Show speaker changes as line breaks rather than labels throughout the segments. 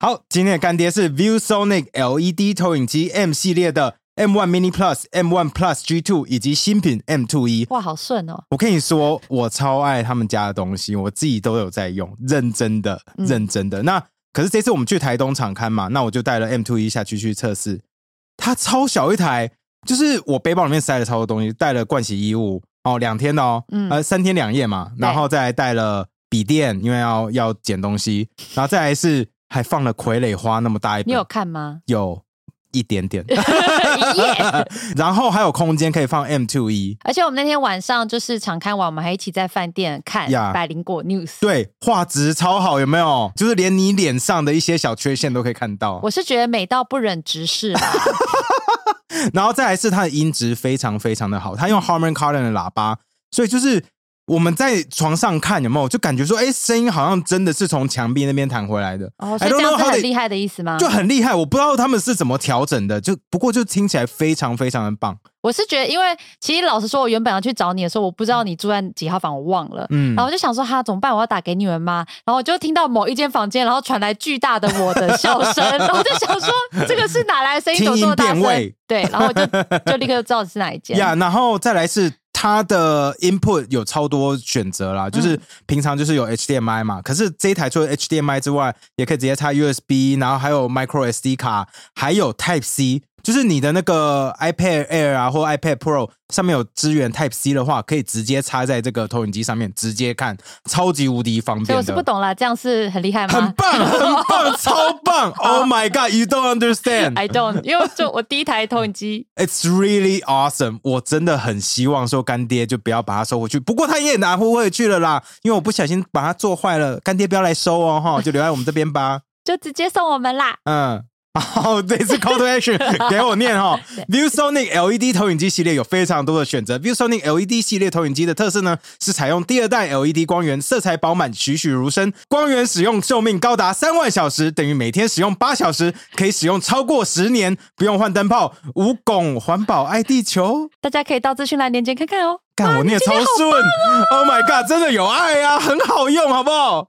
好，今天的干爹是 ViewSonic LED 投影机 M 系列的 M1 Mini Plus、M1 Plus G2 以及新品 E M2 一。
哇，好顺哦！
我跟你说，我超爱他们家的东西，我自己都有在用，认真的，
嗯
认真的。那可是这次我们去台东场刊嘛，那我就带了 M Two 一下去去测试，它超小一台，就是我背包里面塞了超多东西，带了盥洗衣物哦，两天的哦，
嗯
呃，三天两夜嘛，然后再来带了笔电，因为要要捡东西，然后再来是还放了傀儡花那么大一
你
本，
有看 吗？
有一点 点，
一夜。
然后还有空间可以放 M Two E 一，
而且我们那天晚上就是常看完，我们还一起在饭店看
呀
《百灵果 News》。
对，画质超好，有没有？就是连你脸上的一些小缺陷都可以看到。
我是觉得美到不忍直视吧，
然后再来是它的音质非常非常的好，它用 Harman Kardon 的喇叭，所以就是我们在床上看有没有，就感觉说，哎，声音好像真的是从墙壁那边弹回来的。
哦，所
I
以
don't
这
know
样是
how
很
they-
厉害的意思吗？
就很厉害，我不知道他们是怎么调整的，就不过就听起来非常非常的棒，
我是觉得，因为其实老实说，我原本要去找你的时候，我不知道你住在几号房，我忘了。
嗯
然后我就想说，哈，怎么办？我要打给你们吗？然后我就听到某一间房间，然后传来巨大的我的笑声，然后我就想说，这个是哪来的声音？
听
怎
音
么这么大
辨
声
位？
对，然后我就就立刻知道是哪一 间。
呀。然后再来是它的 input 有超多选择
嗯
啦，就是平常就是有 HDMI 嘛，可是这一台除了 HDMI 之外，也可以直接插 USB，然后还有 micro SD 卡，还有 Type C。就是你的那个 iPad Air 啊，或 iPad Pro 上面有支援 Type C 的话，可以直接插在这个投影机上面直接看，超级无敌方便的。
所以我是不懂啦，这样是很厉害
很
吗
棒，很棒，超棒！Oh my god，you don't understand。
？I don't，因为就我第一台投影机
It's really awesome！我真的很希望说干爹就不要把它收回去，不过他也拿不回去了啦，因为我不小心把它做坏了，干爹不要来收哦，哈，就留在我们这边吧。
就直接送我们啦。
嗯，好，这次 call to action 给我念哈。ViewSonic LED 投影机系列有非常多的选择。ViewSonic LED 系列投影机的特色呢，是采用第二代 LED 光源，色彩饱满，栩栩如生。光源使用寿命高达三万小时，等于每天使用八小时，可以使用超过十年，不用换灯泡，无汞，环保，爱地球。
大家可以到资讯栏链接看看哦。
干，我念超顺、o h my god，真的有爱啊，很好用，好不好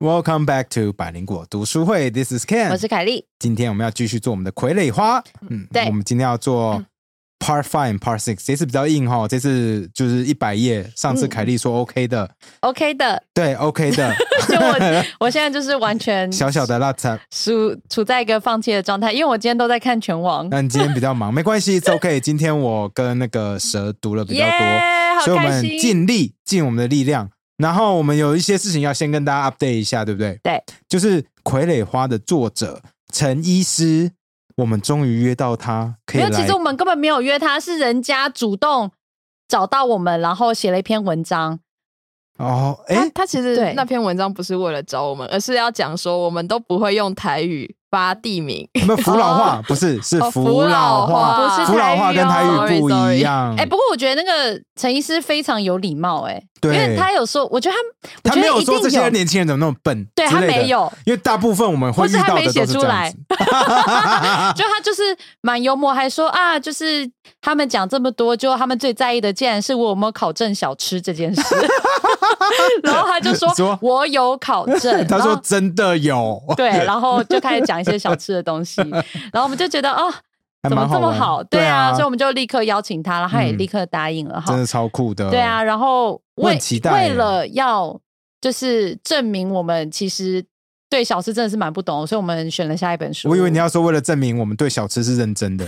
？Welcome back to 百灵果读书会，This is
我
Ken。
是凯莉，
今天我们要继续做我们的傀儡花，嗯，
对嗯
我们今天要做 Part Five、and Part Six，这次比较硬哈，这次就是一百页，上次
嗯
凯莉说 OK 的，
OK 的，
对 OK 的，
就 我我现在就是完全
小小的 l a t t
处处在一个放弃的状态，因为我今天都在看拳王，
那你今天比较忙，没关系，it's OK。今天我跟那个蛇读 了比较多。
耶
所以我
好开
们
心！
尽力尽我们的力量。然后我们有一些事情要先跟大家 update 一下，对不对？
对，
就是《傀儡花》的作者陈医师，我们终于约到他，可以
没有，其
来
实我们根本没有约他，是人家主动找到我们，然后写了一篇文章。
哦。
他
哎，
他其实
对
那篇文章不是为了找我们，而是要讲说我们都不会用台语发地名。
我
哦
们福老话不是是
哦
福老
福
话，
老话
不是
福老话
台语
跟台
哦
语不
sorry，sorry
一样。
哎、不过我觉得那个陈医师非常有礼貌、哎，因为
对，
他有说，我觉得他，
他没
我
有
觉
说
得一
这
定
些年轻人怎么那么笨，
对他没。有，
因为大部分我们会
或
遇
是
到
他
的
没
都
写
是这
出
样
来
子，，
就他就是蛮幽默，还说啊，就是他们讲这么多，就他们最在意的竟然是我有没有考证小吃这件事。 然后他就说
说
我有考证，
他
然
说
后
真的有，
对，然后就开始讲一些小吃的东 西，然后我们就觉得哦，
还
怎么
蛮
这么
玩
好？
对嗯
对啊，所以我们就立刻邀请他，然后他也立刻答应了哈
真。的超酷的。
对啊，，然后
我很
为
期待
为
耶
了要就是证明我们其实对小吃真的是蛮不懂的，所以我们选了下一本书。
我以为你要说为了证明我们对小吃是认真 的，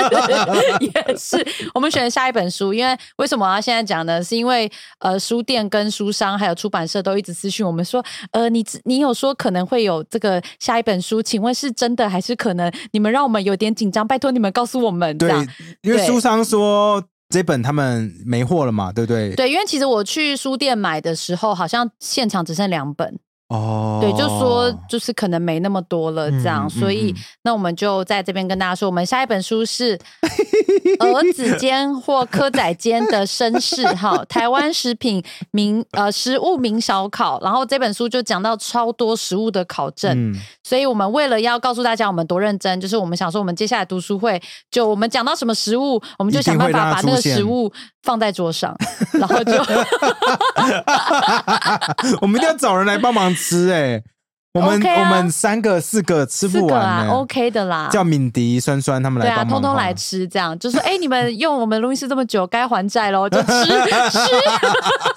也是也是，我们选下一本书，因为为什么我要现在讲呢？是因为呃，书店跟书商还有出版社都一直私讯我们说，呃，你只你有说可能会有这个下一本书，请问是真的还是可能？你们让我们有点紧张，拜托你们告诉我们。这
对
样，
因为
对
书商说这本他们没货了嘛，对不对？
对，因为其实我去书店买的时候，好像现场只剩两本，
哦，
对，就说就是可能没那么多了这样，
嗯嗯
所以
嗯
那我们就在这边跟大家说，我们下一本 书是《儿子间或蚵仔间的绅士》 哈，台湾食品名呃食物名小考，然后这本书就讲到超多食物的考证，
嗯
所以我们为了要告诉大家我们多认真，就是我们想说我们接下来读书会就我们讲到什么食物，我们就想办法把那个食物放在桌上，然 后就啊
我们一定要找人来帮忙吃哎、我们、
OK 啊
我们三个四个吃
四
不
个
完、
啊
欸、
，OK 的啦，
叫敏迪、酸酸他们来
对
帮
啊，
忙好
通
了，
通来吃，这样就说，哎、你们用我们录音室这么久，该还债喽，就 吃吃，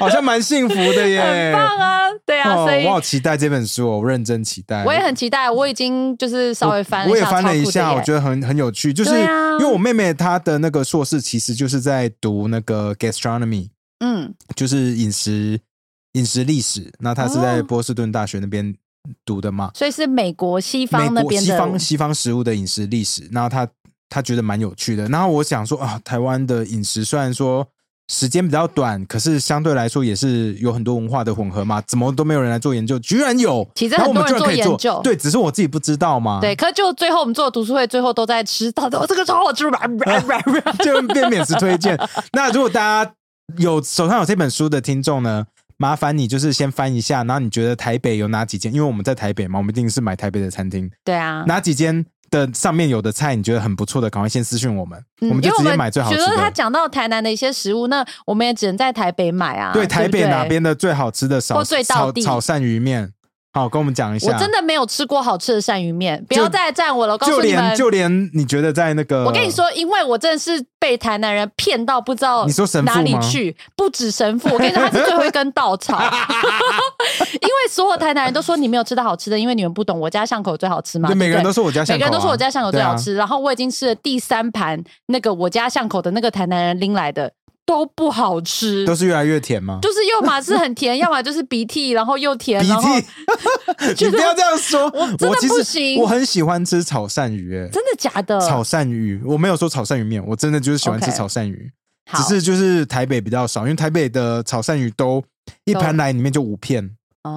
好像蛮幸福的耶，
很棒啊，对啊，
哦
所以
我好期待这本书、哦，我认真期待。
我也很期待，我已经就是稍微翻了
我
一
也
下，
翻了一下，
超酷的耶
我觉得很很有趣，就是、
对啊
因为我妹妹她的那个硕士其实就是在读那个 gastronomy，
嗯，
就是饮食饮食历史。那她是在
哦
波士顿大学那边读的嘛，
所以是美国西
美
方那
国
边
西
的，
方西方食物的饮食历史。然后她她觉得蛮有趣的。然后我想说啊，台湾的饮食虽然说。时间比较短，可是相对来说也是有很多文化的混合嘛，怎么都没有人来做研究，居然有，
其实
然后我
很多
们居
人
然可以
做
做
研究，
对，只是我自己不知道嘛，
对，可就最后我们做读书会，最后都在吃，到底哦这个超好吃，
就变免时推荐。那如果大家有手上有这本书的听众呢，麻烦你就是先翻一下，然后你觉得台北有哪几间？因为我们在台北嘛，我们一定是买台北的餐厅，
对啊。
哪几间的上面有的菜你觉得很不错的，赶快先私讯我们，
嗯
我们
因
就
为我
直接
们
买最好吃
觉得他
的。
讲到台南的一些食物，那我们也只能在台北买啊。
对，
对，
台北哪？边的最好吃的炒
或最道
炒
地
炒鳝鱼面？好，跟我们讲一
我
下。
真的没有吃过好吃的鳝鱼面，不要
就
再赞我了。我告
就
诉你
连
们，
就连你觉得在那个，
我跟你，说，因为我真的是被台南人骗到不知道
你说神父
哪里
吗
去，不止神父，我跟你说他是最后一根稻 草，因为所有台南人都说你没有吃到好吃的，因为你们不懂我家巷口最好吃嘛，
就每个人
对
都
不对
说我家巷口啊，
每个人都说我家巷口最好
对啊。
吃，然后我已经吃了第三盘那个我家巷口的那个台南人拎来的都不好吃，
都是越来越甜吗？
就是要么是很甜，要么就是鼻涕，然后又甜，
鼻
然后
涕，你不要这样说，我
真的
其
不
实
行
我很喜欢吃炒鳝鱼、欸，
真的假的？
炒鳝鱼，我没有说炒鳝鱼面，我真的就是喜欢吃
OK
炒鳝鱼
好
只是就是台北比较少，因为台北的炒鳝鱼都一盘来里面就五片，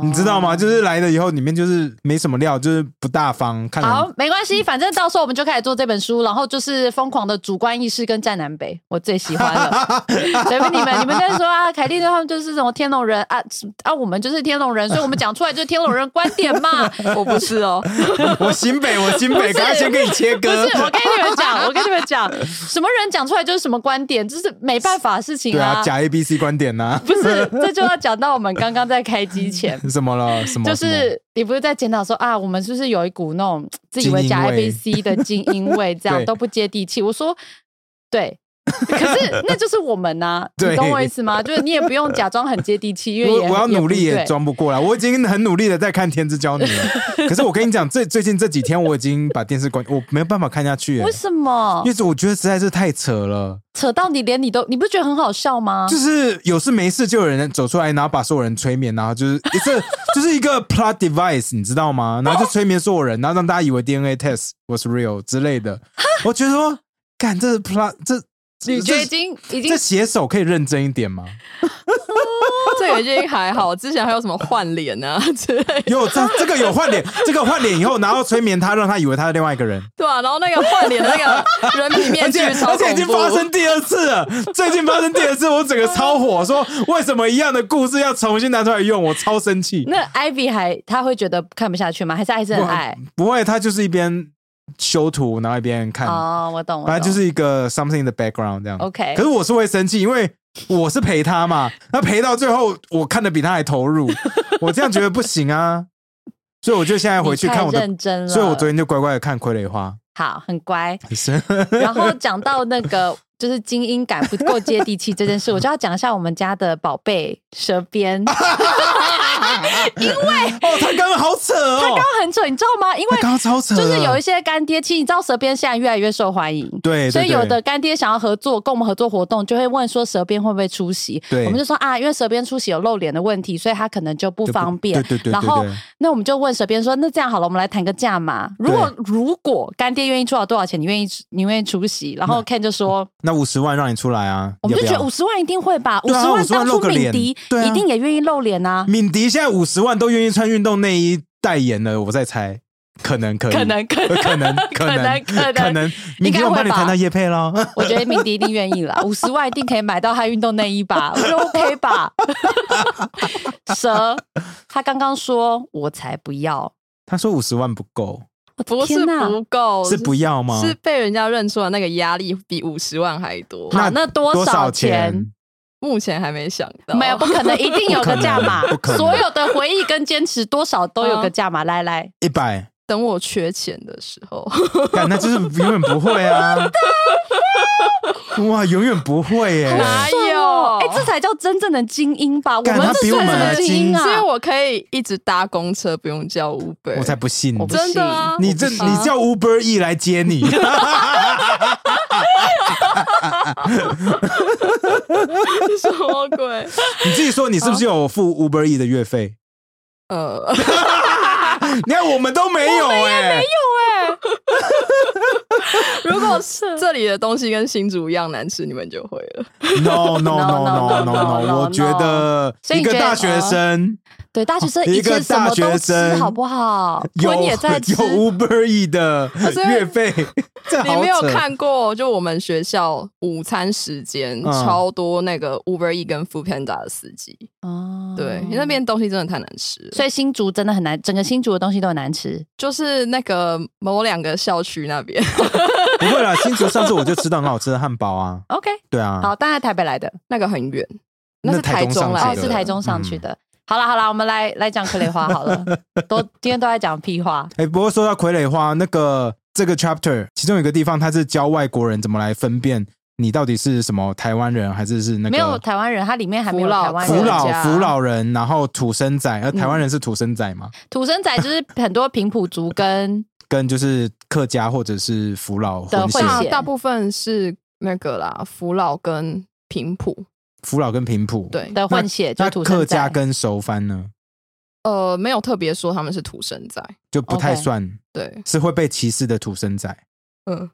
你知道吗？
哦
就是来了以后里面就是没什么料，就是不大方，看
好
了，
没关系，反正到时候我们就开始做这本书，然后就是疯狂的主观意识跟站南北，我最喜欢 了。随便你们，你们在说啊，凯蒂他们就是什么天龙人啊啊，我们就是天龙人，所以我们讲出来就是天龙人观点 嘛。
我不是哦，
我新北，我新北，赶快先跟你切
不是，
割。
我跟你们讲，我跟你们讲，什么人讲出来就是什么观点，这是没办法的事情
对啊，
啊。
假 A B C 观点啊呐、
不是，这就要讲到我们刚刚在开机前。
什么了？什么？
就
什么
是你不是在检讨说啊，我们是不是有一股那种自以为加
精英味
ABC 的精英 味，这样
对
都不接地气？我说对， 可是那就是我们呐、
对
你懂我意思吗？就是你也不用假装很接地气，因 为
我
也
我要努力也
也不对
装不过来，我已经很努力的在看《天之娇女》 了。可是我跟你讲，最最近这几天我已经把电视关，我没有办法看下去耶，
为什么
因为我觉得实在是太扯了。
扯到你连你都你不觉得很好笑吗？
就是有事没事就有人走出来，然后把所有人催眠，然后就是这 就是一个 plot device，你知道吗？然后就催眠所有人，然后让大家以为 DNA test was real 之类的。我觉得说，干这 plot 这这
你觉得已经已经
这写手可以认真一点吗？
这个已经还好。之前还有什么换脸啊之类的，
有这这个有换脸，这个换脸以后，然后催眠他，让他以为他是另外一个人。
对啊，然后那个换脸的那个人皮面
而
具
且
超
而且已经
恐怖
发生第二次了，最近发生第二次，我整个超火，说为什么一样的故事要重新拿出来用，我超生气。
那 Ivy 还他会觉得看不下去吗？还是还是很爱？
不会，他就是一边修图，然后一边看，
哦，我懂，我懂
反正就是一个 something in the background 这样。
OK
可是我是会生气，因为我是陪他嘛，那陪到最后，我看的比他还投 入，我这样觉得不行啊，所以我就现在回去
你太
看我的
认，真了，
所以我昨天就乖乖的看《傀儡 花
好很乖。》，
是
然后讲到那个就是精英感不够接地气这件事，我就要讲一下我们家的宝贝蛇 鞭，它
哦，他刚刚好扯哦，
刚刚很扯，你知道吗？因
他
为
刚刚超扯的，
就是有一些干爹，其实你知道蛇鞭现在越来越受欢迎。
对，对
所以
对
有的干爹想要合作，跟我们合作活动，就会问说蛇鞭会不会出席？
对
我们就说啊，因为蛇鞭出席有露脸的问题，所以他可能就不
就不
方便。
对对对对
然后
对
那我们就问蛇边说，那这样好了，我们来谈个价嘛。如果如果干爹愿意出好多少钱，你愿意你愿意出席？然后 Ken 就说，
那五十万让你出来啊，
我们
要
就
不
觉
要
得五十万一定会吧，五
对
十
啊50
万
万
当
露
初
个
敏
脸
迪
对啊
一定也愿意露脸啊，
敏迪现在五十万都愿意穿运动内衣代言了，我在猜，可能可以，
可能可
呃。
能
可能 可能
可能
可能，敏迪，我帮你谈到叶配喽。
我觉得敏迪一定愿意啦，五十万一定可以买到他运动内衣吧？我觉得 OK 吧？蛇，他刚刚说我才不要，
他说五十万不够，
不是
天哪
不够，
是不要吗？
是被人家认出来那个压力比五十万还多。
好，那多
多
少钱
钱？？
目前还没想到，
没有，不可能，一定有个价码
不可。能嗯
所有的回忆跟坚持，多少都有个价码。来来，
一百？
等我缺钱的时候，
干，那就是永远不会啊！哇，永远不会耶！
哪有？
哎，这才叫真正的精英吧？我
哎干
们
他
这
比我
算
们
什么
还
精英
精
啊
是因为？我可以一直搭公车，不用叫 Uber。
我才不信
我
呢！
不
真的啊！
你这
我不
你
信
叫 Uber E 来接 你，
什么鬼？
你自己说你是不是有付 Uber E 的月费？
呃，
你看我们都没有哎，
如果是这里的东西跟新竹一样难吃，你们就会了。
No no no no no
no, no,
no！我觉得
所以
一
你
个
觉得
大学生
对，大学生
哦一
以
个
前什么
大
都
学
吃，
生
好不好？
有
荤也在吃啊
有。Uber E 的
是因为
月费， 这
你
好
没有
扯
看过？就我们学校午餐时间、
嗯
超多那个 Uber E 跟 Food Panda 的司机，
哦
对，因为那边东西真的太难吃了。
所以新竹真的很难，整个新竹的东西都很难吃。
就是那个某两个校区那边，
不会啦，新竹上次我就吃到很好吃的汉堡啊，
OK，
对啊，
好，当然台北来的，
那个很远，
那
是
台
台
中
中
上
来
哦，
的，
是台中上
嗯
去的。好了好了，我们来来讲傀儡花 好了，都今天都在讲屁话。
哎、不过说到傀儡花，那个这个 chapter 其中有一个地方，它是教外国人怎么来分辨你到底是什么台湾人还是是那个
没有台湾人，它里面还没有
扶老
台湾
扶
人
老
人家
扶老人，然后土生仔，呃而台湾人是土生仔嘛，
土生仔就是很多平埔族 跟
跟就是客家或者是扶老
的
混血
混
大
血
大部分是那个啦，福老跟平埔。
扶老跟平埔。，
对，
的混血，就
那
是土生
客家
仔。
跟熟番呢，
呃，没有特别说他们是土生仔，
就不太
OK
算
对，
是会被歧视的土生仔。
嗯，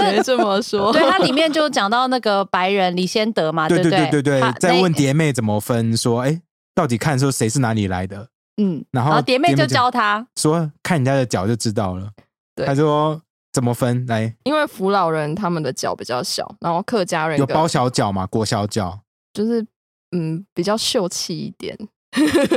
别这么说，
对，它里面就讲到那个白人李先德 嘛，
对
不
对对对
啊他，
在
那
问蝶妹怎么分，说哎、到底看说谁是哪里来的，
嗯，
然
然
后
后蝶妹就教他，
说看人家的脚就知道了。
对
他说怎么分？来，
因为福老人他们的脚比较小，然后客家人
有
跟
包小脚嘛，裹小脚。
就是嗯比较秀气一点，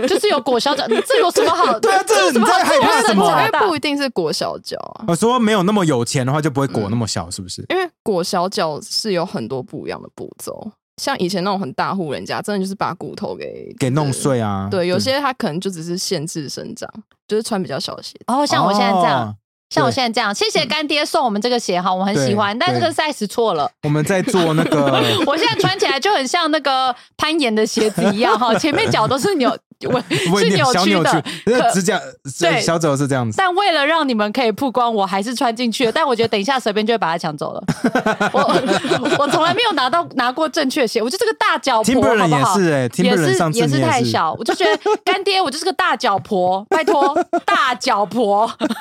就是有裹小脚，这有什么好？
对啊这
有什
你
么
在
好
害怕
这有
什
么
么
好
因为
大
不一定是裹小脚啊，
我说没有那么有钱的话，就不会裹那么小，是不是？
因为裹小脚是有很多不一样的步骤，像以前那种很大户人家，真的就是把骨头给
给弄。碎啊。
对，有些他可能就只是限制生长，就是穿比较小的鞋子。
哦，像我现在这样，
哦
像我
对
现在这样，谢谢干爹送我们这个鞋哈，我很喜欢，
对
但这个
对
size 错了。
我们在做那 个
我现在穿起来就很像那个攀岩的鞋子一 样哈，前面脚都是扭，我是
微
扭
小
曲
扭
的。
曲，那
可
指甲
对
小肘是这样子。
但为了让你们可以曝光，我还是穿进去了。但我觉得等一下随便就会把它抢走了。我我 我从来没有拿到拿过正确鞋，我就这个大脚婆，好
Timberland
不
也
好？
是哎
也
，Timberland 上
是
次你
是太小，我就觉得 干爹，我就是个大脚婆，拜托大脚婆，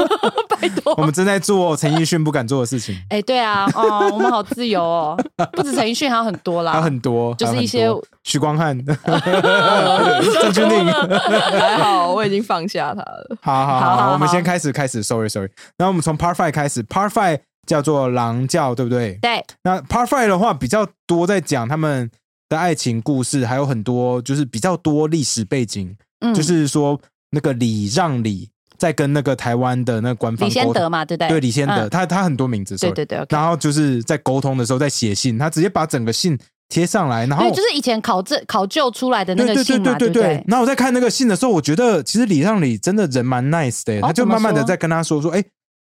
拜托。
我们正在做陈奕迅不敢做的事 情，
哎、对啊，哦，我们好自由哦，不止陈奕迅，还有很多啦，
还有很多，
就是
还有很
一些
多许光 汉、
郑
郑钧甯。
还好我已经放下它了。
好好
好
好，
好
我们
好
先开始开始，sorry sorry。那我们从 Part Five 开始，Part Five 叫做狼教，对不对？
对，
那 Part Five 的话比较多在讲他们的爱情故事，还有很多就是比较多历史背景，
嗯，
就是说那个李让李在跟那个台湾的那个官方
李先
沟
德
通，
嘛，对不对？
对李先德，
嗯
他他很多名字，
对
sorry
对对，OK。
然后就是在沟通的时候，在写信，他直接把整个信贴上来，然后
对，就是以前考证考究出来的那个信嘛，
对
不
对。然后我在看那个信的时候，我觉得其实李让礼真的人蛮 nice 的耶，
哦
他就
怎么
慢慢的
说
在跟他说说，哎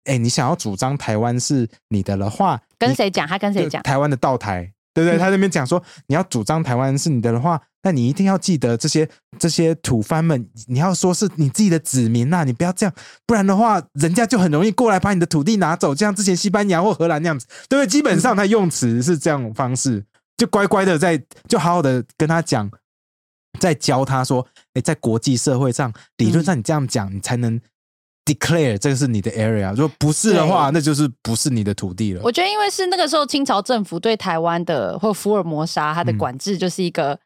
哎，你想要主张台湾是你的的话，
跟
你
谁讲？他跟谁
就
讲？
台湾的倒台，对不对？
嗯
他那边讲说，你要主张台湾是你的的话，那你一定要记得这些这些土番们，你要说是你自己的子民呐、你不要这样，不然的话，人家就很容易过来把你的土地拿走，就像之前西班牙或荷兰那样子，对不对？基本上他用词是这样的方式，就乖乖的在，就好好的跟他讲，在教他说，哎，在国际社会上，理论上你这样讲，你才能 declare 这个是你的 area。如果不是的话，那就是不是你的土地了。
我觉得，因为是那个时候清朝政府对台湾的或福尔摩沙它的
嗯
管制，就是一个、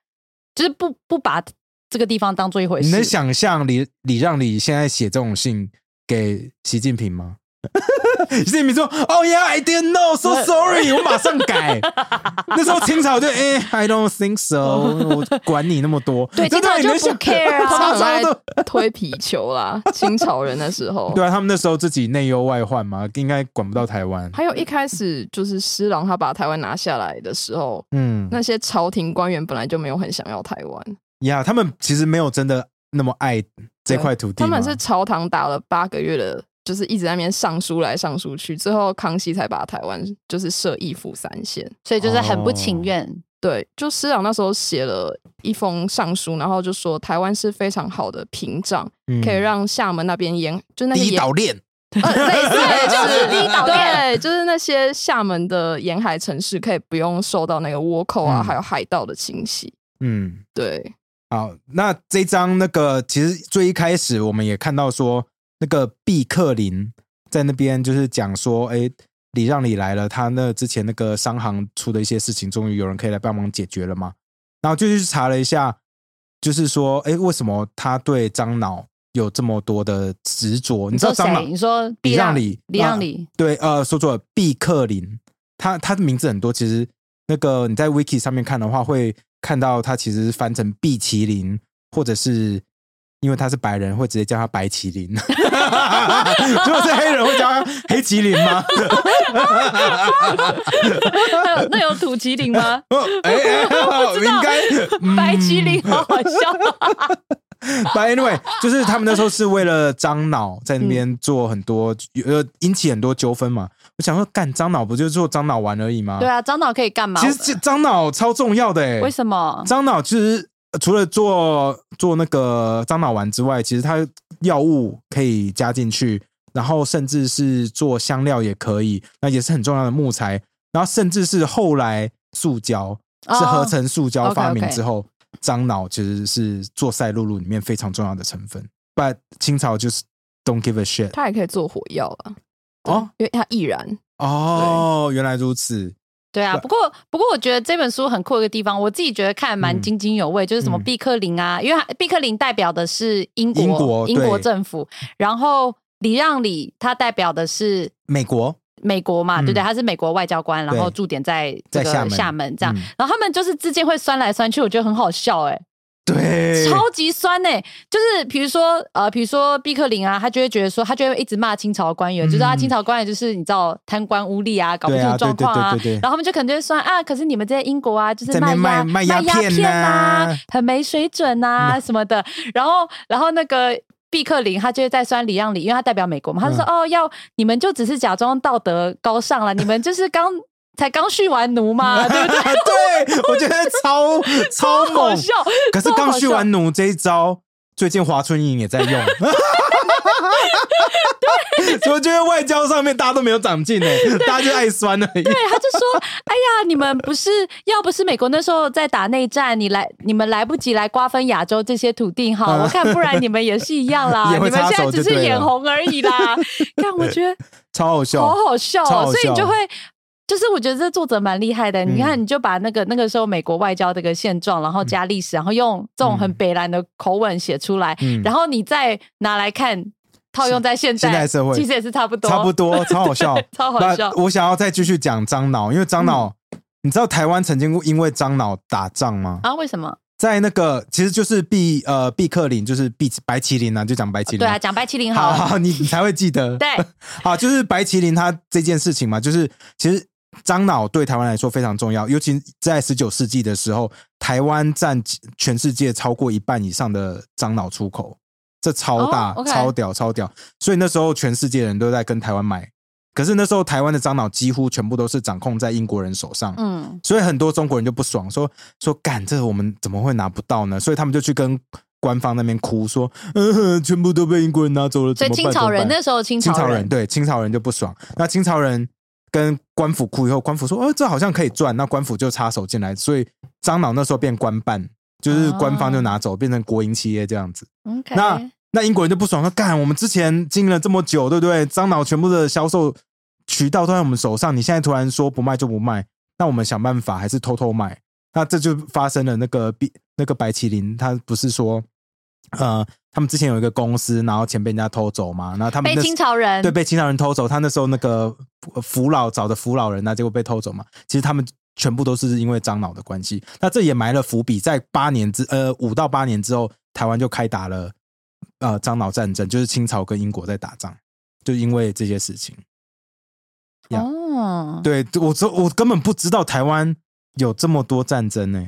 就是不不把这个地方当做一回
你能
事。
想象李李让李现在写这种信给习近平吗？ 习近平说：“Oh yeah, I didn't know, so sorry。”我马上改。那时候清朝就哎、i don't think so，我管你那么多。
对
真的
清朝
你能
就不
想
care 啊
他
他
们
们
很爱
都
推皮球啦，清朝人的时候。
对啊，他们那时候自己内忧外患嘛，应该管不到台湾。
还有一开始就是施琅他把台湾拿下来的时候，
嗯，
那些朝廷官员本来就没有很想要台湾，
呀他们其实没有真的那么爱这块土地
他
嘛。
们是朝堂打了八个月的，就是一直在那边上书来上书去，最后康熙才把台湾就是设一府三县。
所以就是很不
哦
情愿。
对，就施琅那时候写了一封上书，然后就说台湾是非常好的屏障，
嗯
可以让厦门那边沿，就那些
第一
沿
岛链。
呃类 似
对就是
低
离岛
对，就是那些厦门的沿海城市可以不用受到那个倭寇啊，
嗯
还有海盗的侵袭。
嗯，
对，
好，那这张那个其实最一开始我们也看到说，那个毕克林在那边就是讲说，哎，礼让你来了，他那之前那个商行出的一些事情，终于有人可以来帮忙解决了嘛。然后就去查了一下，就是说，哎，为什么他对樟脑有这么多的执着？你知道
说
樟脑
谁？你说
李让
李
里，
让里，
对，呃，说错了，毕克林，他他的名字很多，其实那个你在 Wiki 上面看的话，会看到他其实是翻成毕麒麟，或者是因为他是白人，会直接叫他白麒麟。 如果是黑人，会叫他黑麒麟吗？
那 有那有土麒麟吗？
哦哎、哎
我不知道
应该、嗯
白麒麟好好 笑，
But anyway，就是他们那时候是为了樟脑在
嗯
那边做很多，呃，引起很多纠纷嘛。我想说，干樟脑不就是做樟脑丸而已吗？
对啊，樟脑可以干嘛？
其实这樟脑超重要的哎、
为什么？
樟脑其实呃除了做做那个樟脑丸之外，其实它药物可以加进去，然后甚至是做香料也可以，那也是很重要的木材。然后甚至是后来塑胶是
哦
合成塑胶
OK，OK
发明之后，樟脑其实是做赛璐璐里面非常重要的成分。But 清朝就是 don't give a shit。
它也可以做火药
哦
了。哦，因为它易燃。
哦，原来如此。
对啊，
对
不过不过我觉得这本书很酷的一个地方，我自己觉得看蛮
嗯
津津有味，就是什么
嗯
毕克林啊，因为它毕克林代表的是英国
英国对
政府，然后李让里他代表的是
美国
美国嘛，
嗯
对不对？他是美国外交官，然后
对
驻点在
在
这个
厦门
厦门这样，
嗯
然后他们就是之间会酸来酸去，我觉得很好笑哎、
对，
超级酸哎、就是比如说呃，比如说毕克林啊，他就会觉得说，他就会一直骂清朝官员，
嗯
就是他清朝官员就是你知道贪官污吏啊，搞不
对
清
啊
楚状况啊，
对对对对对
然后他们就可能就会说啊，可是你们在英国啊，就是
在那
卖
边
鸦
卖卖
鸦
鸦片
片啊
呐，
很没水 准啊什么的，然后然后那个。毕克林他就会在酸里让里，因为他代表美国
嗯
嘛，他就说、哦，要你们就只是假装道德高尚了，你们就是刚才刚蓄完奴 嘛，对不对？
对，我觉得超超
好
猛。
笑，
可是
超好
刚蓄
笑
完弩这一招，最近华春莹也在 用。所以我觉得外交上面大家都没有长进呢，欸大家就爱酸而已。
对，他就说：“哎呀，你们不是要不是美国那时候在打内战，你来你们来不及来瓜分亚洲这些土地哈，我看不然你们也是一样啦，
嗯 也
你
会
们
插
现在
手
只
就对
是
了
眼红而已 啦。”但我觉得
超好笑
好，好笑
超
哦，
好
所以你就
笑嗯
会。就是我觉得这作者蛮厉害的，你看你就把那个那个时候美国外交这个现状，然后加历史，然后用这种很
嗯
北兰的口吻写出来，
嗯
然后你再拿来看套用在现在
现代社会
其实也是差不多，，
差不多，超好笑
超好笑嗯
那我想要再继续讲樟脑，因为樟脑，你知道台湾曾经因为樟脑打仗吗？
啊？为什么？
在那个其实就是毕呃毕克林，就是毕白麒麟啊，就讲白麒麟。
对啊，讲白麒麟
好
好了，
好， 你你才会记 得。
对。
好，啊就是白麒麟它这件事情嘛，就是其实樟脑对台湾来说非常重要，尤其在十九世纪的时候，台湾占全世界超过一半以上的樟脑出口，这超大、
哦，OK
超屌、超屌。所以那时候全世界人都在跟台湾买，可是那时候台湾的樟脑几乎全部都是掌控在英国人手上。
嗯，
所以很多中国人就不爽，说说干这个我们怎么会拿不到呢？所以他们就去跟官方那边哭说，嗯、哼，全部都被英国人拿走了，怎
所以
么办？
清朝人
怎么办
那时候清
清
朝
朝人对清朝人就不爽，那清朝人跟官府哭以后，官府说哦这好像可以赚，那官府就插手进来，所以樟脑那时候变官办，就是官方就拿走，变成国营企业这样子。
OK，
那那英国人就不爽说，干，我们之前经营了这么久，对不对？樟脑全部的销售渠道都在我们手上，你现在突然说不卖就不卖，那我们想办法还是偷偷卖。那这就发生了那个 B 那个白麒麟，他不是说，呃，他们之前有一个公司，然后钱被人家偷走嘛，然后他们
被
那
清朝人
对，被清朝人偷走。他那时候那个呃扶老找的扶老人那、啊结果被偷走嘛。其实他们全部都是因为樟脑的关系。那这也埋了伏笔，在八年之呃五到八年之后，台湾就开打了呃樟脑战争，就是清朝跟英国在打仗，就因为这些事情。呀
哦，
对我这我根本不知道台湾有这么多战争呢、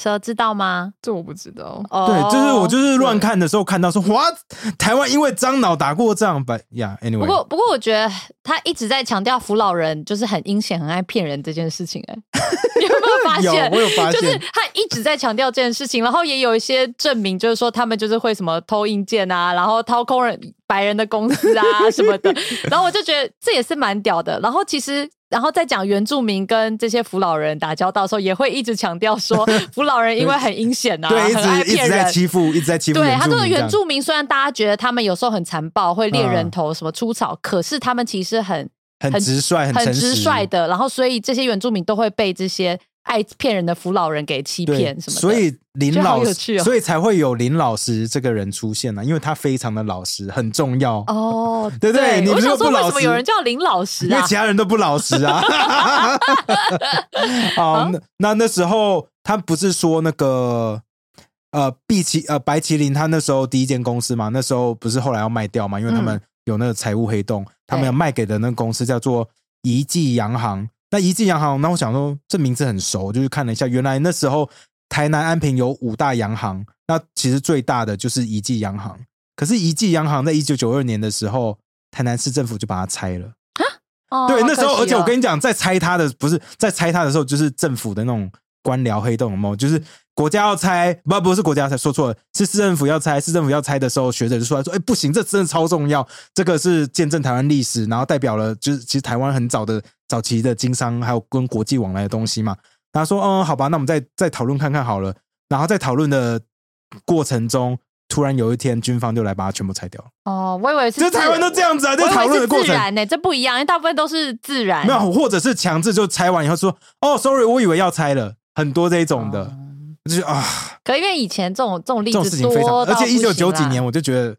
蛇知道吗？
这我不知道。
哦，
对，就是我就是乱看的时候看到说哇，台湾因为樟脑打过仗，but yeah
哦不
anyway。
过，不过，我觉得他一直在强调扶老人就是很阴险、很爱骗人这件事情、哎， 你有没有发
有，
现？
我有发现，
就是他一直在强调这件事情，然后也有一些证明，就是说他们就是会什么偷硬件啊，然后掏空人白人的公 司啊什么的，然后我就觉得这也是蛮屌的。然后其实，然后再讲原住民跟这些扶老人打交道的时候，也会一直强 调说扶老人因为很阴险啊，
对，一
很爱
直一
骗
直在
人。
欺负，一直在欺负
对
原
他
住
这
民
个
这
原
样嗯
住民，虽然大家觉得他们有时候很残暴，会猎人头、什么出草，可是他们其实很
很直率，
很
诚
直
实
率的。然后，所以这些原住民都会被这些爱骗人的扶老人给欺
对
骗什么的。
所以林
觉得好
老
有趣
师，
哦
所以才会有林老师这个人出现啊呢、因为他非常的老实，很重要。
哦，
对不对你
我
如
想
果
说，
不
为
老
什么有
实
人叫林老师
因为
啊
其？他人都不老实 啊。
啊
好，那那那时候他不是说那个呃，碧琪呃，白麒麟他那时候第一间公司嘛，那时候不是后来要卖掉嘛，因为
嗯
他们有那个财务黑洞，他们
对
要卖给的那个公司叫做怡记洋行。那怡记洋行，那我想说这名字很熟，就是看了一下，原来那时候台南安平有五大洋行，那其实最大的就是怡记洋行。可是怡记洋行在一九九二年的时候，台南市政府就把它拆了。
哦
对，
好
那时候，
可惜
而且
哦
我跟你讲，在拆它的不是在拆它的时候，就是政府的那种官僚黑洞，有没有？就是国家要拆，不不是国家要拆，说错了，是市政府要拆。市政府要拆的时候，学者就出来说：“哎、不行，这真的超重要，这个是见证台湾历史，然后代表了就是其实台湾很早的早期的经商，还有跟国际往来的东西嘛。”然后说：“嗯，好吧，那我们再再讨论看看好了。”然后在讨论的过程中，突然有一天，军方就来把它全部拆掉了。
哦，我以为是
这
自
台湾都这样子啊，
我
在
以为
讨论
是
的过
自
程，
然呢，这不一样，因为大部分都是自然，
没有，或者是强制就拆完以后说，哦，sorry，我以为要拆了，很多这一种的，
哦
就是啊，
可因为以前这种这种例
这种
子
事情
多
非常，
到
而且
不
一九九
行
几
啦
年我就觉得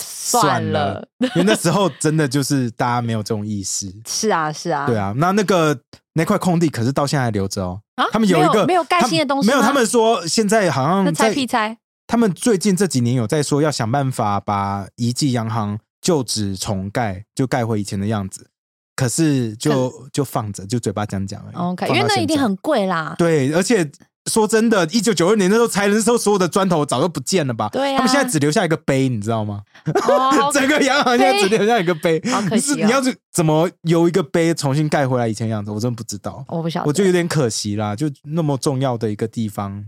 算
了
了，，
因为那时候真的就是大家没有这种意 识，
是啊是啊，
对啊，那那个那块空地可是到现在还留着哦，
啊，
他们
没
有一
有
个
没有盖
他
新的东西吗，
没有，他们说现在好
那
像
猜
在
屁猜，
他们最近这几年有在说要想办法把遗迹洋行旧址重盖，就盖回以前的样子。可是就就放着，就嘴巴讲讲而已。
OK，
放
因为
到
那
现
一定
在
很贵啦，
对，而且说真的，一九九二年那时候拆的时候，所有的砖头早就不见了吧？
对啊
他们现在只留下一个碑，你知道吗？
哦， 好
整个洋行现在只留下一个碑，
好可
你
惜
是
哦
你要是怎么由一个碑重新盖回来以前的样子，我真的不知道，
我不晓得，
我觉得有点可惜啦。就那么重要的一个地方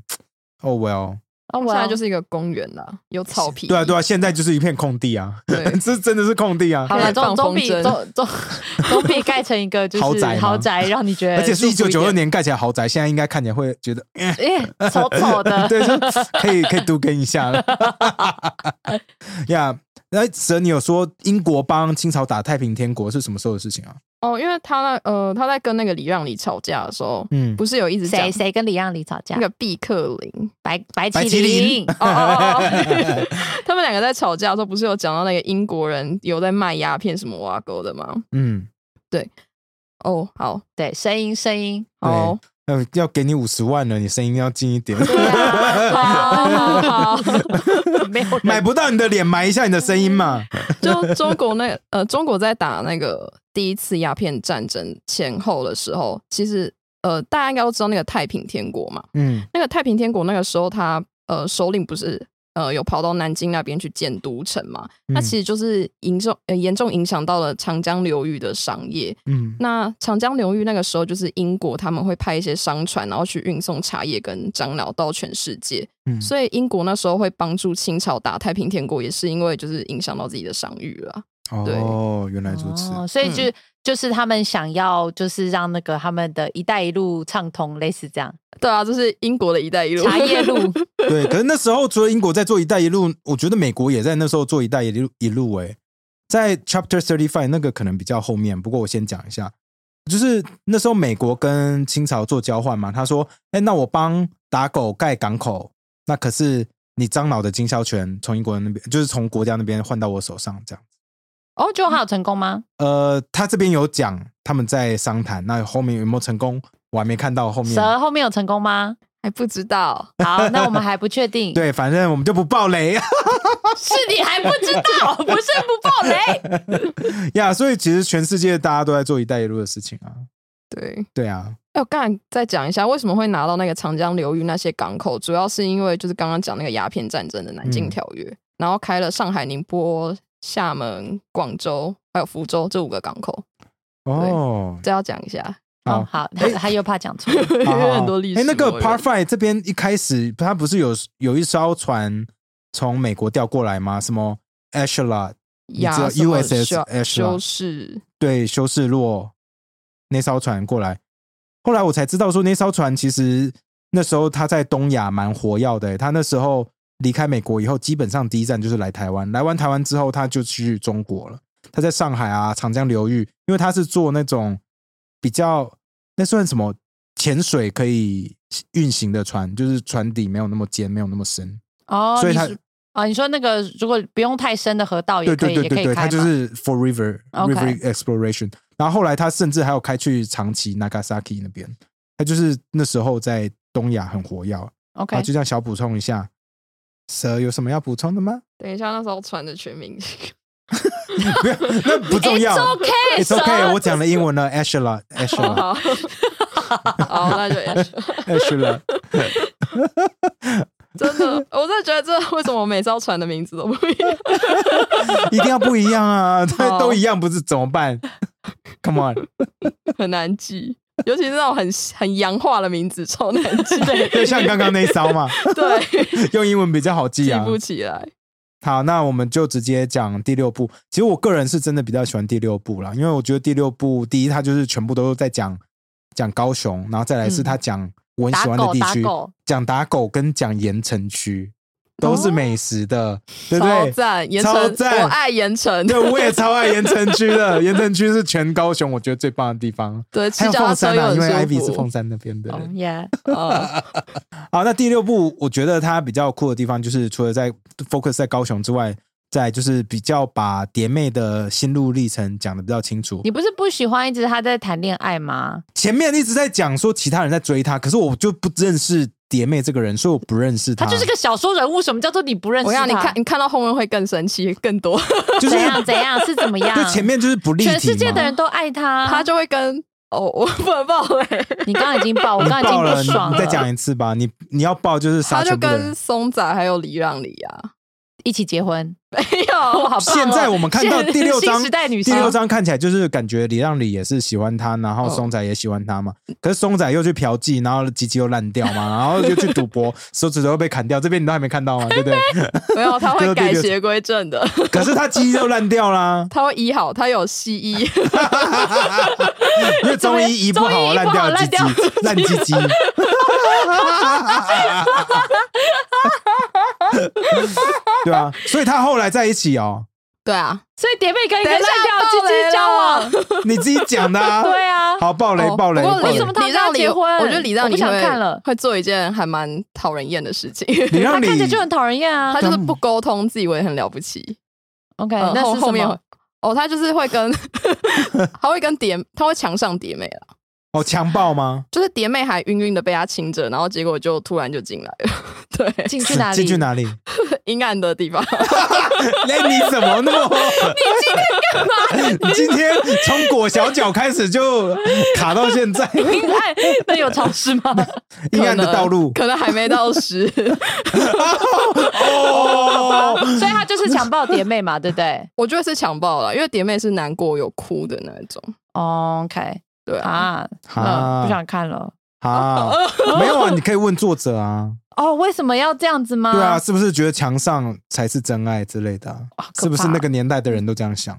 ，Oh well，
哦，
现
我
在就是一个公园啦，有草皮。
对啊对啊，现在就是一片空地啊，
对
这真的是空地啊
好。了，
开始
总
放
总
风
比
筝
总 总总比盖成一个就是
豪宅吗
豪宅让你觉得
而且是一
舒
九
服
九二
点，
年盖起来豪宅，现在应该看起来会觉得，欸
哎，丑丑 的，
对，就可以可以读给你一下了。 呀，那蛇，你有说英国帮清朝打太平天国是什么时候的事情啊？
哦，因为他那呃，他在跟那个李让里吵架的时候，
嗯，
不是有一直讲
谁谁跟李让里吵架
那？个毕克 林，
白白
白麒
麒
麟
麟，
哦哦哦， 哦他们两个在吵架的时候，不是有讲到那个英国人有在卖鸦片什么挖沟的吗？
嗯，
哦，好，
对，声音 声音，
好，
呃，要给你五十万了，你声音要近一点，
对啊，好好哦好， 没有人
买不到你的脸，埋一下你的声音嘛。
就中国那呃，中国在打那个第一次鸦片战争前后的时候，其实呃，大家应该都知道那个太平天国嘛。
嗯
那个太平天国那个时候他，呃首领不是呃有跑到南京那边去建都城嘛？
嗯
那其实就是严重呃严重影响到了长江流域的商业。
嗯
那长江流域那个时候就是英国他们会派一些商船，然后去运送茶叶跟樟脑到全世界。
嗯，
所以英国那时候会帮助清朝打太平天国，也是因为就是影响到自己的商誉了。
哦，原来嗯如此。
哦，所以就、就是他们想要就是让那个他们的一带一路畅通，类似这样
对啊，这是英国的一带一路
茶叶路
对，可是那时候除了英国在做“一带一路”，我觉得美国也在那时候做“一带一路”一路、欸。哎，在 Chapter Thirty Five 那个可能比较后面，不过我先讲一下，就是那时候美国跟清朝做交换嘛，他说：“哎、那我帮打狗盖港口，那可是你樟脑的经销权从英国那边，就是从国家那边换到我手上，这样。”
哦，就还有成功吗？
呃，他这边有讲他们在商谈，那后面有没有成功，我还没看到后面。
蛇后面有成功吗？
还不知道，
好，那我们还不确定。，
对，反正我们就不爆雷啊。
是你还不知 道，不是不爆雷。
呀所以其实全世界大家都在做“一带一路”的事情啊。
对。
对啊，
哎，我刚才再讲一下，为什么会拿到那个长江流域那些港口，主要是因为就是刚刚讲那个鸦片战争的南京
嗯
条约，然后开了上海、宁波、厦门、广州还有福州这五个港口，
哦，
这要讲一下，
好，
哦
哎
好，他他又怕讲 错。
因为
好好好
很多历史
哎，
文
那
人。
个 Part Five 这边一开始，它不是有有一艘船从美国调过来吗？什么 a s h l a 你
呀
知道 USS
什么
Ashland
啊修修饰
对，修士洛那艘船过来。后来我才知道说，那艘船其实那时候他在东亚蛮活跃的、他那时候离开美国以后，基本上第一站就是来台湾。来完台湾之后，他就去中国了。他在上海啊、长江流域，因为他是做那种比较那算什么潜水可以运行的船，就是船底没有那么尖，没有那么深，
哦，
所以
你
他
是哦，你说那个如果不用太深的河道也
对
可
对
以，
对对
也可
对，
以开
他
嘛。
就是 for river
OK
river exploration。然后后来他甚至还有开去长崎 Nagasaki 那边，他就是那时候在东亚很活跃。
OK，
啊，就这样小补充一下，蛇有什么要补充的吗？
等一下，那时候船的全名
不要，那不重要。
It's OK，
It's
蛇
okay，我讲了英文了 a s h e l a a s h e l
好
a
好， 好那就
a s h e l a
真的，我真的觉得这为什么每艘船的名字都不一样？
一定要不一样啊！
好
他都一样，不是怎么办？Come on，
很难记，尤其是那种很很洋化的名字，超难记。
就像刚刚那一艘嘛，
对，
用英文比较好记
记
啊。
不起来。
好，那我们就直接讲第六部。其实我个人是真的比较喜欢第六部啦，因为我觉得第六部第一，它就是全部都在讲讲高雄，然后再来是
嗯
它讲我很
打
喜欢的
狗
地
打
区，
狗
讲打狗跟讲盐城区都是美食的，对不
哦超
对？
赞，盐
超
城，
赞
我爱盐城。
对，我也超爱盐城区的，盐城区是全高雄我觉得最棒的地方。
对，
还
吃
有
脚踏
凤
车
山
又
啊，
很
因为 Ivy 是
舒
凤
服。
山那边的。
哦，Yeah，
嗯
好，那第六部我觉得它比较酷的地方，就是除了在 focus 在高雄之外，在就是比较把蝶妹的心路历程讲的比较清楚
你。不是不喜欢一直他在谈恋爱吗？
前面一直在讲说其他人在追她，可是我就不认识蝶妹这个人，所以我不认识她。
他就是个小说人物，什么叫做你不认
我
识他？
让你看，你看到后面会更生气，更多。
就是
怎样怎样是怎么 样？
就前面就是不立体嘛
全世界的人都爱他，
他就会跟哦，我不能爆雷。
你刚刚已经爆，我
你
刚刚已
爆
经
了，
不爽
你再讲一次吧。你你要爆就是
他
杀
就
全部的
跟
人。
松仔还有李让里啊，
一起结婚，
没
我
有，
好棒哦。
现在我们看到第六章
新时代女
第
性，
六章看起来就是感觉李让里也是喜欢他，然后
哦
松仔也喜欢他嘛。可是松仔又去嫖妓，然后鸡鸡又烂 掉嘛，然后又去赌博，手指头又被砍掉。这边你都还没看到吗？对 不对？
没有，他
这
会
是第
改
六
邪归正的，，
可是他鸡又烂掉啦
他会医好，他有西医。
因为中医医不好，烂掉鸡鸡，烂鸡鸡。 对啊，所以他后来在一起哦，
对啊，
所以蝶妹跟一个烂
等一下
掉鸡
爆雷
鸡
了
交往，
你自己讲的啊。
对啊，
好，暴雷，
哦
暴雷，
不过
暴
为
雷
什么他
李
们要
让里
结婚
我觉得李让
我
里
不想
会
看了
会做一件还蛮讨人厌的事情。
你让
他
你
看起来就很讨人厌 啊
他。就是
嗯
不沟通，自以为很了不起。
OK，
呃
那
后
是什
后面
么
会？哦，他就是会跟， 他会跟蝶，他会强上蝶妹了。
哦强暴吗？
就是蝶妹还晕晕的被他亲着，然后结果就突然就进来了。 对，
进去哪里？
进去？哪里？
阴暗的地方，
哎、你怎么那么？你今天干嘛？你今天从裹小脚开始就卡到现在，
阴暗？那有潮湿 吗？
阴暗的道路。
可能还没到十。
哦，
所以他就是强暴蝶妹嘛，对不对
我觉得是强暴了，因为蝶妹是难过有哭的那种。
？OK，
对啊，
啊，
哦啊
那不想看了。
啊，没有啊，你可以问作者啊。
哦，为什么要这样子吗？
对啊，，是不是觉得墙上才是真爱之类的啊、
哇可怕
是不是那个年代的人都这样想？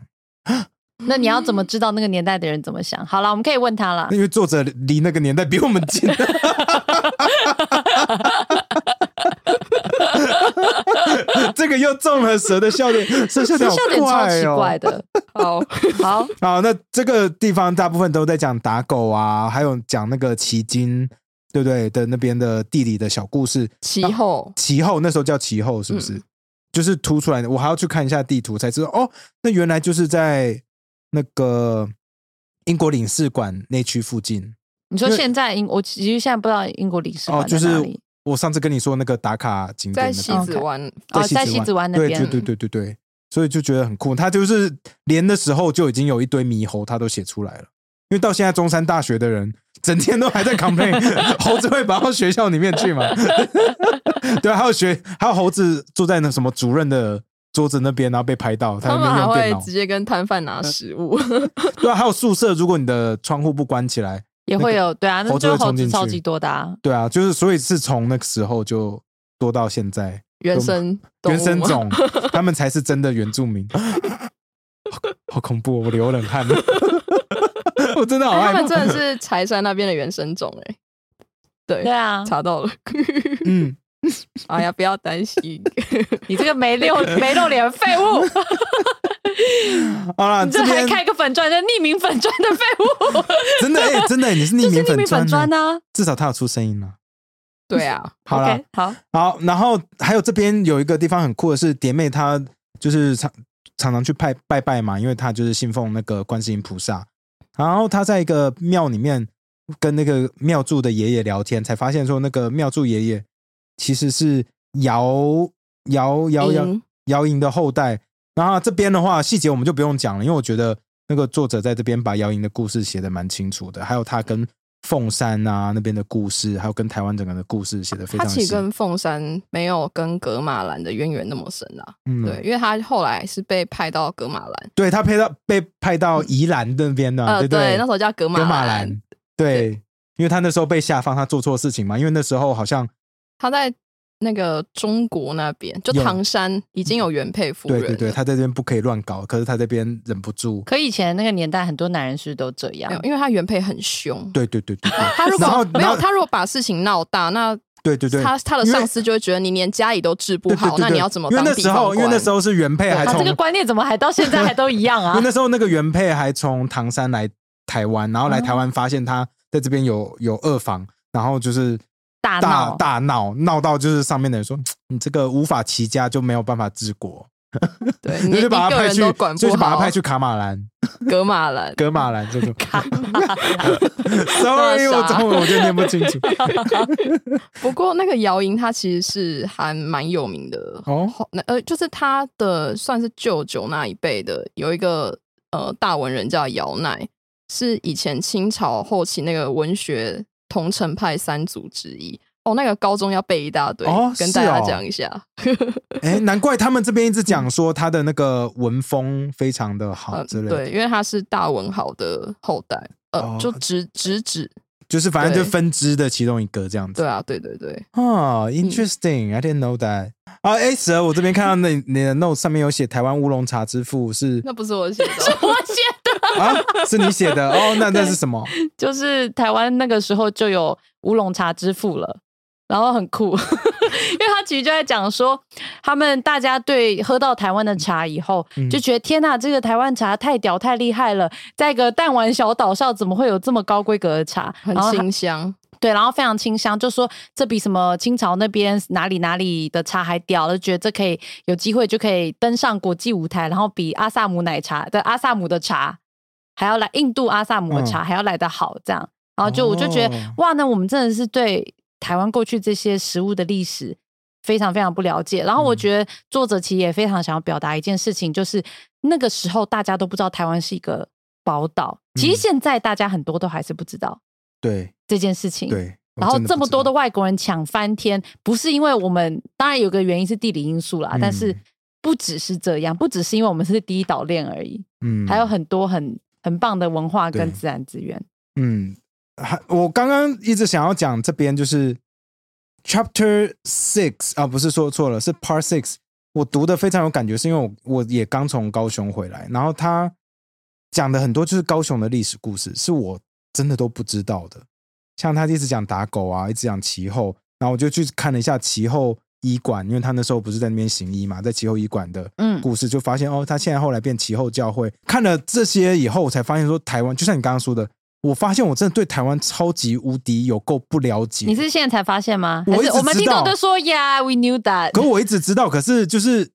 那你要怎么知道那个年代的人怎么想？好了，我们可以问他了
那。因为作者离那个年代比我们 近。这个又中了蛇的笑点，这笑
这
点好
笑点超
怪
奇
哦！
怪的。
好，
好，
好，啊那这个地方大部分都在讲打狗啊，还有讲那个旗津，对不对的那边的地理的小故事。
其后
旗后那时候叫旗后，是不
嗯
是？就是凸出来的。我还要去看一下地图才知道，哦，那原来就是在那个英国领事馆那区附近。
你说
因为
现在英，我其实现在不知道英国领事
哦，
馆
就
在哪
是
里。
我上次跟你说那个打卡景点
在
那
西
边
子湾，
哦，在西
西
子湾那
对
边
对，对对对对，所以就觉得很酷。他就是连的时候就已经有一堆猕猴，他都写出来了。因为到现在中山大学的人整天都还在 complain，猴 子会跑到学校里面去嘛？ 对啊，还有学还有猴子坐在那什么主任的桌子那边，然后被拍到，
他
在
们
那
还
边用电
会
脑
直。接跟摊贩拿食 物，
对啊，还有宿舍，如果你的窗户不关起来，
也会有对啊，那
猴子
就
会冲
猴子
进
超
去
级多 的啊。
对啊，就是所以是从那个时候就多到现在，
原生动物
原生
吗，
种，他们才是真的原住民。好好恐怖、哦，我流冷汗。我真的好
哎他
害
们
怕。
真的是柴山那边的原生种哎，对
对，
哦
啊，
查到了，
嗯，
哎呀，不要 担心，
你这个没六没露脸的废物，
好啦，
你这
啊这
还
边
开个粉砖，这匿名粉砖的废物，
真的哎、真的、欸，你是
就
匿
是
名
匿名粉砖
砖呢，
啊。
至少他有出声音啊了。
对啊，
好啦
OK，好，
好，然后还有这边有一个地方很酷的是，蝶妹她就是常常常去拜拜拜嘛，因为她就是信奉那个观世音菩萨。然后她在一个庙里面跟那个庙祝的爷爷聊天，才发现说那个庙祝爷爷其实是姚姚姚姚
嗯
姚莹的后代。然后这边的话，细节我们就不用讲了，因为我觉得那个作者在这边把姚莹的故事写的蛮清楚的，还有他跟凤山啊那边的故事，还有跟台湾整个的故事写的非
他
常
其
细
实。跟凤山没有跟格马兰的渊源那么深啊，
嗯，
对，因为他后来是被派到格马兰，
对他配到被派到宜兰那边的，
呃，
啊对不对，
那时候叫格马
格马
兰，
兰，对，因为他那时候被下放，他做错事情嘛，因为那时候好像
他在那个中国那边，就
有
唐山已经有原配夫人
对
了，
对对，他在这边不可以乱搞，可是他这边忍不住，
可以前那个年代很多男人是不是都这样
没有，？因为他原配很凶，
对对对对对，
他如
然后
果没
然
有
后
他如果把事情闹大，那
对对对，
他他的
因为
上司就会觉得你连家里都治不
对对
好，
对
那
对
你要怎么
因
当
为那
地
时候
方
因为那
官
时？候是原配还
他啊这
从
个观念怎么还到现在还都一样啊
因为？那时候那个原配还从唐山来台湾，然后
哦
来台湾发现他在这边有有二房，然后就是
大
大
闹
大闹闹到就是上面的人说你这个无法齐家就没有办法治国，
对，
你
你
就把他
一个
派
人
去，
都管
就
不
是把
好
他，派去卡马兰、
格马兰。
格马兰这 种。
那
Sorry，
啥
我中文我就念不清 楚。
不过那个姚莹她其实是还蛮有名的
哦
后那呃，就是她的算是舅舅那一辈的有一个呃大文人叫姚鼐，是以前清朝后期那个文学桐城派三族之一。哦，那个高中要背一大堆，
哦
跟大家
是哦
讲一下。
哎，难怪他们这边一直讲说他的那个文风非常的好
呃
之类的，
对，因为他是大文豪的后代，呃，
哦
就侄侄子，
就是反正就
对
分支的其中一个这样子
对。啊，对对对，嗯
哦、i n t e r e s t i n g I didn't know that。啊，哎，蛇，我这边看到那你的 note 上面有写台湾乌龙茶之父是
那不是我写的 哦
是我写的，
啊，是你写的哦？ 那那是什么？
就是台湾那个时候就有乌龙茶之父了。然后很酷， 因为他其实就在讲说，他们大家对喝到台湾的茶以后，
嗯
就觉得天呐，这个台湾茶太屌太厉害了，在一个弹丸小岛上怎么会有这么高规格的茶？
很
然后他
清香，
对，然后非常清香，就说这比什么清朝那边哪里哪里的茶还屌，就觉得这可以有机会就可以登上国际舞台，然后比阿萨姆奶茶的阿萨姆的茶还要来印度阿萨姆的茶还要来得好，这样，然后就我就觉得、
嗯哦
哇，那我们真的是对台湾过去这些食物的历史非常非常不了解。然后我
嗯
觉得作者其实也非常想要表达一件事情，就是那个时候大家都不知道台湾是一个宝岛，其实
嗯
现在大家很多都还是不知道
对
这件事情。
对，我
然后
哦真
这么多的
不
外国人抢翻天，不是因为我们，当然有个原因是地理因素啦，
嗯
但是不只是这样，不只是因为我们是第一岛链而已，
知道嗯
还有很多很很棒的文化
对
跟自然资源。
嗯，还我刚刚一直想要讲这边就是 Chapter Six 啊，不是说错了，是 Part Six。我读的非常有感觉，是因为我我也刚从高雄回来，然后他讲的很多就是高雄的历史故事，是我真的都不知道的。像他一直讲打狗啊，一直讲其后，然后我就去看了一下其后医馆，因为他那时候不是在那边行医嘛，在其后医馆的
嗯
故事，就发现哦，他现在后来变其后教会。看了这些以后，我才发现说台湾，就像你刚刚说的，我发现我真的对台湾超级无敌有够不了解。
你是现在才发现吗？
我
还
一
是
直
我们
知
听
道
懂都说 Yeah, we knew that。
可我一直知道，可是就是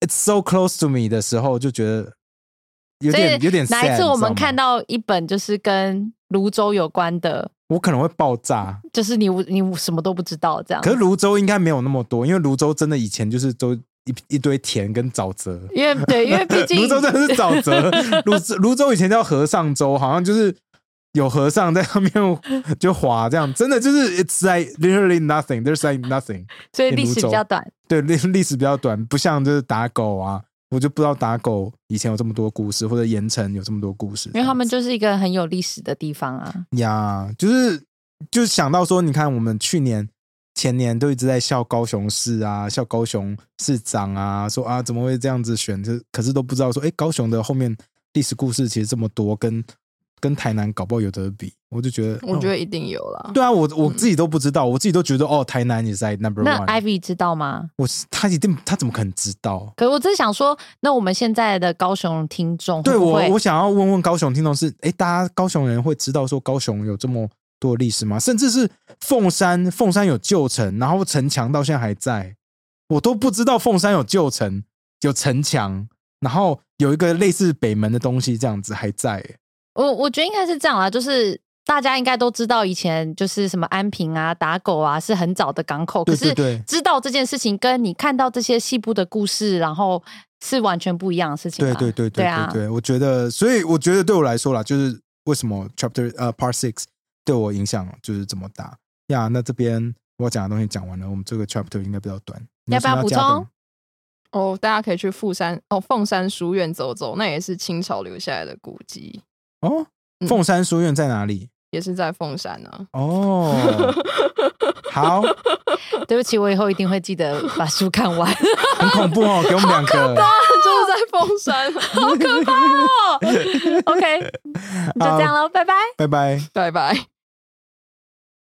it's so close to me 的时候，就觉得有
所以
点有点 sad,
哪一次我们看
你知道吗，
到一本就是跟泸州有关的，
我可能会爆炸。
就是你无你无什么都不知道这样
可。是泸州应该没有那么多，因为泸州真的以前就是都一一堆田跟沼泽。
因为对， 因为毕竟
泸州真的是沼 泽，泸泸州以前叫和尚州，好像就是有和尚在 上面就滑这样，真的就是 it's like literally nothing, there's like nothing。
所以历史比较短。
对历历史比较短，不像就是打狗啊，我就不知道打狗以前有这么多故事，或者盐城有这么多故事，
因为他们就是一个很有历史的地方啊，
呀，就是就是想到说，你看我们去年。前年都一直在笑高雄市啊，笑高雄市长啊，说啊怎么会这样子选？这可是都不知道说，哎，高雄的后面历史故事其实这么多，跟跟台南搞不好有得比。我就觉得，
我觉
得、
得一定有啦。
嗯对啊，我我自己都不知道，我自己都觉得哦，台南也在 number
那
one。
Ivy 知道吗？
我他一定他怎么可能知道？
可我只是想说，那我们现在的高雄听众
对
会不
我
会，
我想要问问高雄听众是，哎，大家高雄人会知道说高雄有这么多历史吗？甚至是凤山，凤山有旧城，然后城墙到现在还在，我都不知道凤山有旧城，有城墙，然后有一个类似北门的东西这样子还在。诶
我我觉得应该是这样啦，就是大家应该都知道，以前就是什么安平啊、打狗啊，是很早的港口，
对
可
对
是
对
知道这件事情，跟你看到这些细部的故事，然后是完全不一样的事情
对
吧。
对对对
对
对
啊！
对，我觉得，所以我觉得对我来说啦，就是为什么 Chapter 呃 Part Six 对我影响就是这么大呀。那这边我讲的东西讲完了，我们这个 Chapter 应该比较短，你有
要不要
什么
补
加的
充
吗？
哦，大家可以去富山哦凤山书院走走，那也是清朝留下来的古迹，
哦，
嗯
凤山书院在哪里？
也是在凤山啊。
哦，好，
对不起，我以后一定会记得把书看 完。
很恐怖哦，给我们两个。
就是在凤山，啊
OK，就这样喽，拜拜。
拜拜。
拜拜。